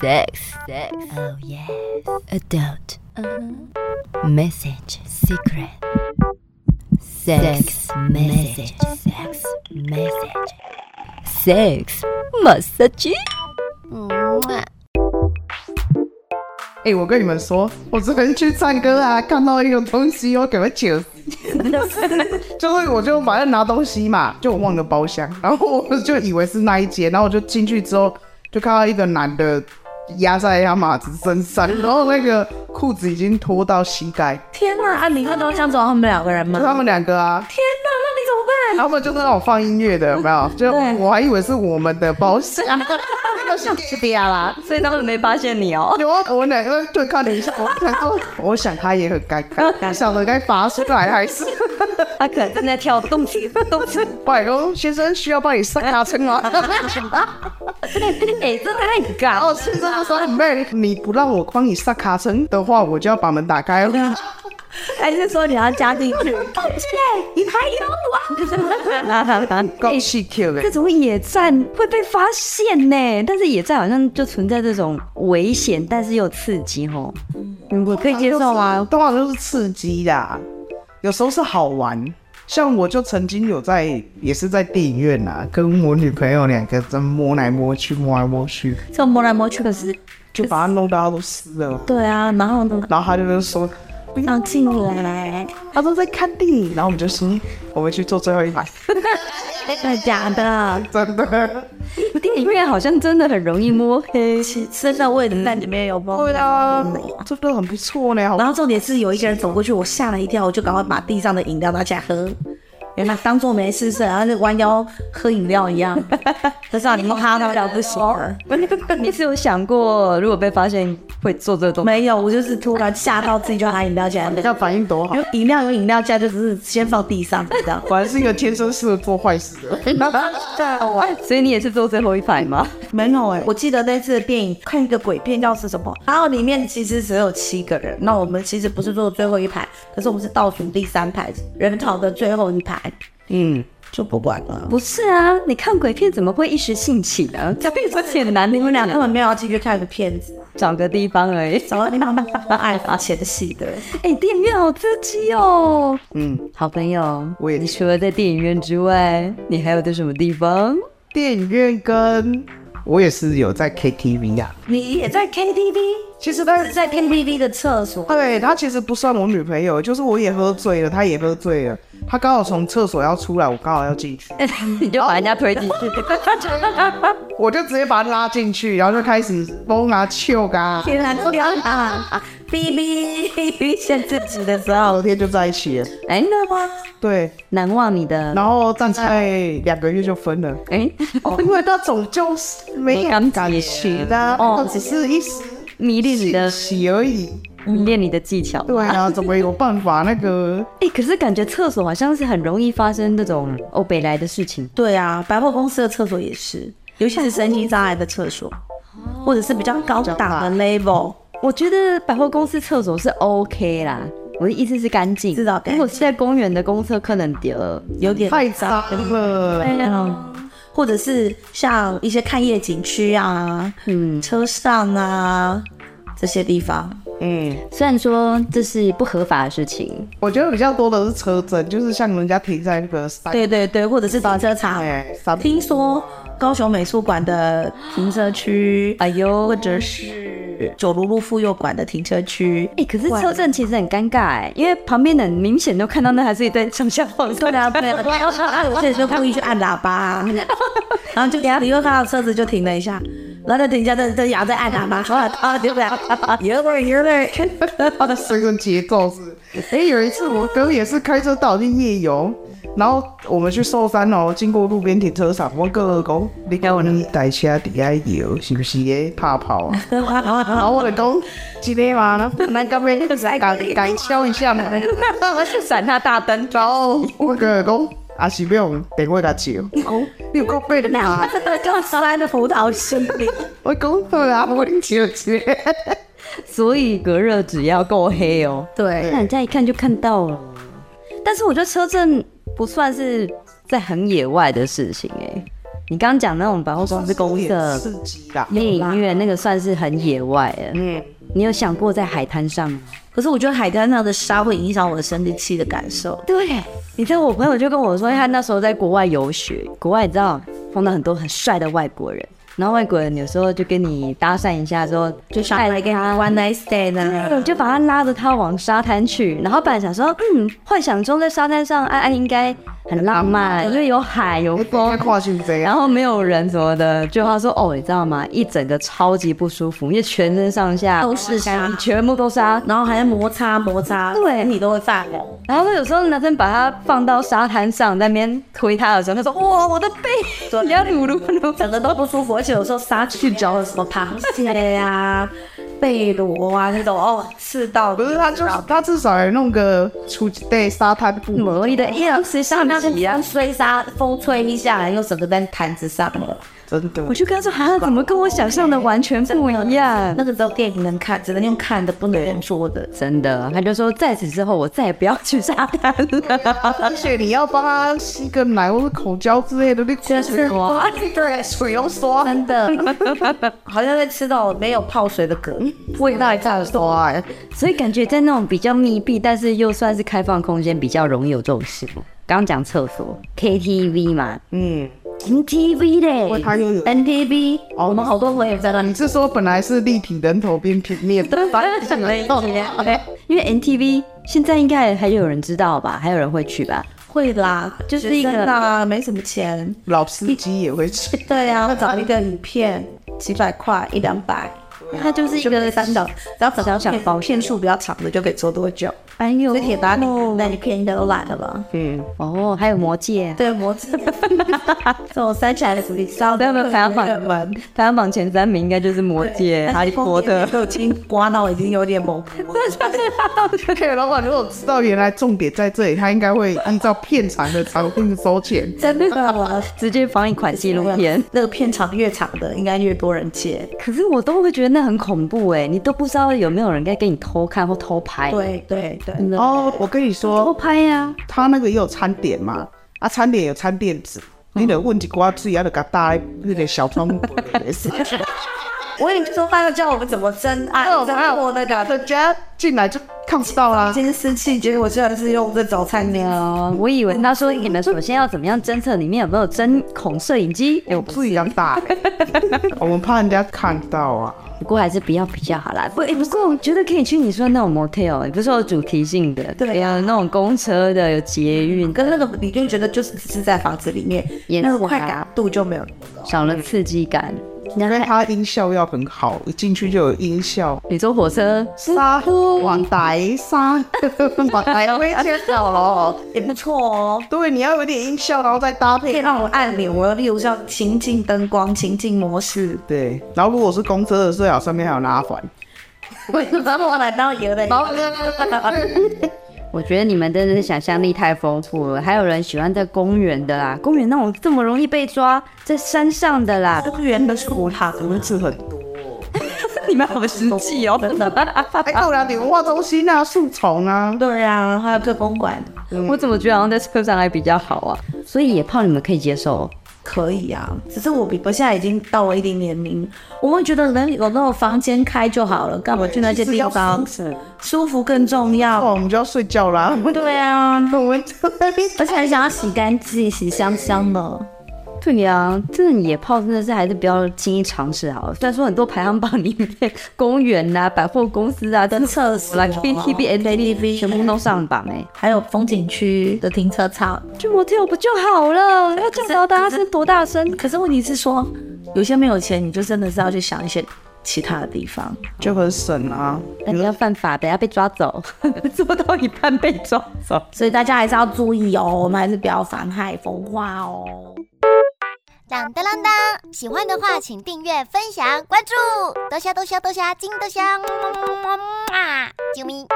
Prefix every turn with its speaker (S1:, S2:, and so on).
S1: Sex, sex, oh yes. Uh-huh. Adult, message, secret. Sex, message, sex, message. Sex, massage.
S2: 哎、我跟你们说，我昨天去唱歌啊，看到一种东西，我给它酒， 就是我就马上拿东西嘛，就我忘了包厢，然后我就以为是那一间，然后我就进去之后，就看到一个男的压在他马子身上，然后那个裤子已经脱到膝盖，
S3: 天哪！啊，你看都想走他们两个人吗？
S2: 就他们两个啊，
S3: 天哪，那你怎么办？
S2: 他们就是那种放音乐的，有没有？就
S3: 对
S2: 我还以为是我们的包厢， 那个是 K 呀啦。
S3: 所以他们没发现你哦。
S2: 然后啊我两个对看了一下，我想说，我想他也很尴
S3: 哦
S2: 尬，想着该拔出来还 是。
S3: 他可能正在跳动词动词。
S2: 拜托，哦先生需要帮你上下车吗？
S3: 哎，这太尬
S2: 然后先生就说：“妹，你不让我帮你上卡层的话，我就要把门打开 了。
S3: 还是说你要加进去？你还有我？”
S2: 够气欸 Q
S3: 这
S2: 嘞！
S3: 种野战会被发现呢，但是野战好像就存在这种危险，但是又刺激哦。嗯，我可以接受吗？
S2: 通常都是刺激的，有时候是好玩。像我就曾经有在，也是在电影院啊，跟我女朋友两个人摸来摸去，摸来摸去，
S3: 这种摸来摸去可是，
S2: 就把它弄到她都湿了。
S3: 对啊，然后呢，
S2: 然后她就是说，
S3: 让进来，
S2: 他都在看电影，然后我们就说哦我们去坐最后一排，
S3: 真的假的？
S2: 真的。
S3: 电影院好像真的很容易摸黑，真的我也在里面有摸。
S2: 对啊，这个很不错呢，好
S4: 然后重点是有一个人走过去，我吓了一跳，我就赶快把地上的饮料拿起来喝，原来当做没事事，然后就弯腰喝饮料一样。 可是啊，你摸他那了不行了。
S3: 你是有想过如果被发现会做这种？
S4: 没有，我就是突然吓到自己就拿饮料起来喝，
S2: 要反应多好
S4: 有。饮料有饮料架，就只是先放地上这样。
S2: 果然是一个天生适合做坏事的。
S3: 所以你也是坐最后一排吗？
S4: 没有哎、我记得那次的电影看一个鬼片叫是什么，然后里面其实只有七个人，那我们其实不是坐最后一排，可是我们是倒数第三排，人潮的最后一排，
S2: 嗯，
S4: 就不管了。
S3: 不是啊，你看鬼片怎么会一时兴起呢？这并不是很难，你
S4: 你
S3: 们
S4: 们
S3: 俩
S4: 俩根本没有要进去看个片子，
S3: 找个地方而已。
S4: 找到你妈妈爱发前戏的。
S3: 哎、电影院好刺激哦！
S2: 嗯，
S3: 好朋友，
S2: 我也
S3: 你除了在电影院之外，你还有在什么地方？
S2: 电影院跟我也是有在 KTV 啊。
S4: 你也在 KTV，
S2: 其实他
S4: 是在 KTV 的厕所。
S2: 对他其实不算我女朋友，就是我也喝醉了，他也喝醉了。他刚好从厕所要出来，我刚好要进去，
S3: 你就把人家推进去。
S2: 我就直接把他拉进去，然后就开始风啊、秀啊，
S4: 天啊，都不要打 BB 限制级的时候，
S2: 隔天就在一起了。
S3: 哎、那吗？
S2: 对，
S3: 难忘你的
S2: 然后站在两个月就分了。
S3: 哎、
S2: 哦，因为那种就是没有感情的，
S3: 哦
S2: 哦，只是一时
S3: 迷恋你的
S2: 洗而已。
S3: 迷恋你的技巧。
S2: 对啊，怎么有办法那个？
S3: 哎、可是感觉厕所好像是很容易发生这种欧北来的事情。
S4: 对啊，百货公司的厕所也是，尤其是身心障碍的厕所，或者是比较高档的 level。
S3: 我觉得百货公司厕所是 OK 啦，我的意思是干净。
S4: 至少干净
S3: 如果是在公园的公厕，可能得了。
S4: 有点
S2: 太脏了。
S4: 嗯，或者是像一些看夜景区啊、嗯，车上啊这些地方，
S2: 嗯，
S3: 虽然说这是不合法的事情，
S2: 我觉得比较多的是车震，就是像人家停在那个山，
S4: 对对对，或者是停车场。
S2: 哎，山
S4: 听说高雄美术馆的停车区，
S3: 哎呦，
S4: 或者是九如路妇幼馆的停车区，
S3: 哎、可是车震其实很尴尬哎、因为旁边的人明显都看到那台是一对上下晃动
S4: 对啊，对啊，对啊，而且就故意去按喇叭、然后就你又看到车子就停了一下，然后就停下，再再摇在按喇叭，啊啊，对不对？有点有点，
S2: 他的声跟节奏是。哎，有一次我哥也是开车到去夜游，然后我们去寿山哦，经过路边停车场，我哥讲，你讲你台车底下游，是不是也怕跑啊？然后我就讲，今天嘛，那那边就是爱搞搞笑一下嘛。
S3: 闪他大灯，
S2: 然后我哥讲，啊是不用电话甲照，你有够背的呐？
S4: 刚才来的辅导心理，
S2: 我讲对啊，我你照照。
S3: 所以隔热纸要够黑哦。
S4: 对。
S3: 那人家一看就看到了。但是我觉得车震不算是在很野外的事情哎、你刚刚讲那种百货公司公
S2: 的
S3: 社、
S2: 刺激啦。
S3: 电影院，那个算是很野外了。
S2: 嗯，
S3: 你有想过在海滩上吗？
S4: 可是我觉得海滩上的沙会影响我的生理期的感受。
S3: 对，你知道我朋友就跟我说，因为他那时候在国外游学，国外你知道碰到很多很帅的外国人，然后外国人有时候就跟你搭讪一下之后，
S4: 就想来跟他 one night stand 啊，
S3: 我就把他拉着他往沙滩去，然后本来想说，嗯，幻想中在沙滩上，爱爱应该很浪
S4: 嗯
S3: 漫，因为有海有
S2: 我
S3: 风
S2: 该，跨性飞啊，
S3: 然后没有人什么的，就他说哦，你知道吗？一整个超级不舒服，因为全身上下
S4: 都是沙
S3: 全部都沙。
S4: 然后还在摩擦摩擦，
S3: 对
S4: 你都会发痒。
S3: 然后有时候男生把他放到沙滩上，在那边推他的时候，他说哇，我的背，你要撸撸 撸。
S4: 整个都不舒服，而且有时候杀去脚有什么螃蟹呀、贝螺啊那种哦，刺到
S2: 不是他就是他至少也弄个出对沙滩布，
S3: 魔力的一样是上
S4: 那
S3: 级啊
S4: 风！吹沙风吹一下来，又整个在毯子上了。
S2: 真的
S3: 我。就跟他说啊，怎么跟我想象的完全不一样？
S4: 那个时候电影能看，只能用看的，不能用说的。
S3: 真的，他就说在此之后我再也不要去沙滩了。
S2: 而且你要帮他吸个奶或者口交之类的，那
S4: 真是
S2: 哇，
S4: 哇，对，水用说，真的，好像在吃到没有泡水的蛤，味道也差不多啊。
S3: 所以感觉在那种比较密闭，但是又算是开放空间，比较容易有这种事。刚刚讲厕所、KTV 嘛
S2: 嗯，
S3: ，KTV
S2: 因为
S3: 嘞，
S2: 他又有。
S4: NTV，
S2: 哦
S4: 我们好多朋友在那里
S2: 你是说本来是立体人头变平面，
S4: 哎
S3: 因为 NTV 现在应该还有人知道吧，还有人会去吧。
S4: 会啦，就是一个
S3: 学生
S4: 那啊没什么钱。
S2: 老司机也会去？
S4: 对呀、啊，找一个影片几百块一两百，
S3: 它就是一
S4: 啊就可以
S3: 个
S4: 三档，只要找
S3: 小小
S4: 片
S3: 包
S4: 片数比较长的就可以做多久。
S3: 哎呦
S4: 所以铁达尼那你片都来了吧？
S2: 嗯，
S3: 哦，还有魔戒，
S4: 对，魔镜， 这种三起来的主题烧
S3: 他们排行榜
S4: 热门。
S3: 排行榜前三名应该就是魔戒、哈利 波特。
S4: 都已经刮到已经有点模糊了。
S2: 对，老板如果知道原来重点在这里，他应该会按照片长的长度收钱。
S4: 真 的，
S3: 直接放一款纪录片，
S4: 那个片长越长的，应该越多人接。
S3: 可是我都会觉得那很恐怖哎、你都不知道有没有人在跟你偷看或偷拍，
S4: 对对对，
S3: 真的
S2: 哦，我跟你说
S3: 偷，拍呀、
S2: 他那个也有餐点嘛，啊，餐点有餐垫子，你得问一寡水，啊，就给搭那个小窗 户
S4: 我跟你说，他要教我们怎么真爱，真爱我那个。
S2: 人家进来就看不到啦。
S4: 监视器，结果居然是用这早餐
S3: 啊。
S4: 店。
S3: 哦，我以为他说你们首先要怎么样侦测里面有没有针孔摄影机，哎、我不
S2: 不一样 大、哦我们怕人家看到啊。
S3: 不过还是不要比较好啦。不，哎、不过我觉得可以去你说那种 motel，哎不是有主题性的，
S4: 对
S3: 呀、那种公车的，有捷运，
S2: 嗯
S4: 跟那个你就觉得就是只是在房子里面，
S3: 也是啊
S4: 那个快感度就没有。
S3: 少了刺激感。
S2: 因为它音效要很好，一进去就有音效。
S3: 你坐火车，嗯
S2: 沙往台 沙，往台会切到了。
S4: 也不错哦，
S2: 对，你要有点音效，然后再搭
S4: 可以
S2: 配。
S4: 让我按钮，我例如像情境灯光、情境模 式，
S2: 对，然后如果是公车的，最好上面还有拉环。
S4: 我怎么来到有 的？
S3: 我觉得你们真的是想象力太丰富了。还有人喜欢在公园的啦，公园那种这么容易被抓，在山上的啦，
S4: 公园的树塔，我们
S2: 是 很多。
S3: 你们好实际哦，真的。
S2: 还有啦，哎你文化中心啊，树丛啊，
S4: 对啊，还有各公馆
S3: 我怎么觉得好像在车上还比较好啊？所以野炮你们可以接受，
S4: 可以啊，只是我比我现在已经到了一定年龄，我会觉得能有那种房间开就好了，干嘛去那些地 方？舒服更重
S2: 哦，
S4: 要。
S2: 我们就要睡觉啦。
S4: 对啊，
S2: 我们就在那边
S4: 而且很想要洗干净、洗香香的。
S3: 对呀，这种野炮真的是还是不要轻易尝试好了。虽然说很多排行榜里面，公园呐、百货公司啊、
S4: 跟厕所
S3: 啦、
S4: 啊
S3: KTV、NTV 全部都上榜哎、
S4: 还有风景区的停车场。
S3: 去 motel 不就好了？要叫到大家声多大声？
S4: 可是问题是说，有些没有钱，你就真的是要去想一些其他的地方。
S2: 就很省啊。
S3: 那你要犯法，等下被抓走， 做到一半被抓走。
S4: 所以大家还是要注意哦，我们还是不要妨害风化哦。
S5: 当当当当！喜欢的话，请订阅、分享、关注，多虾多虾多虾，金多虾，么么么么么啊！啾咪。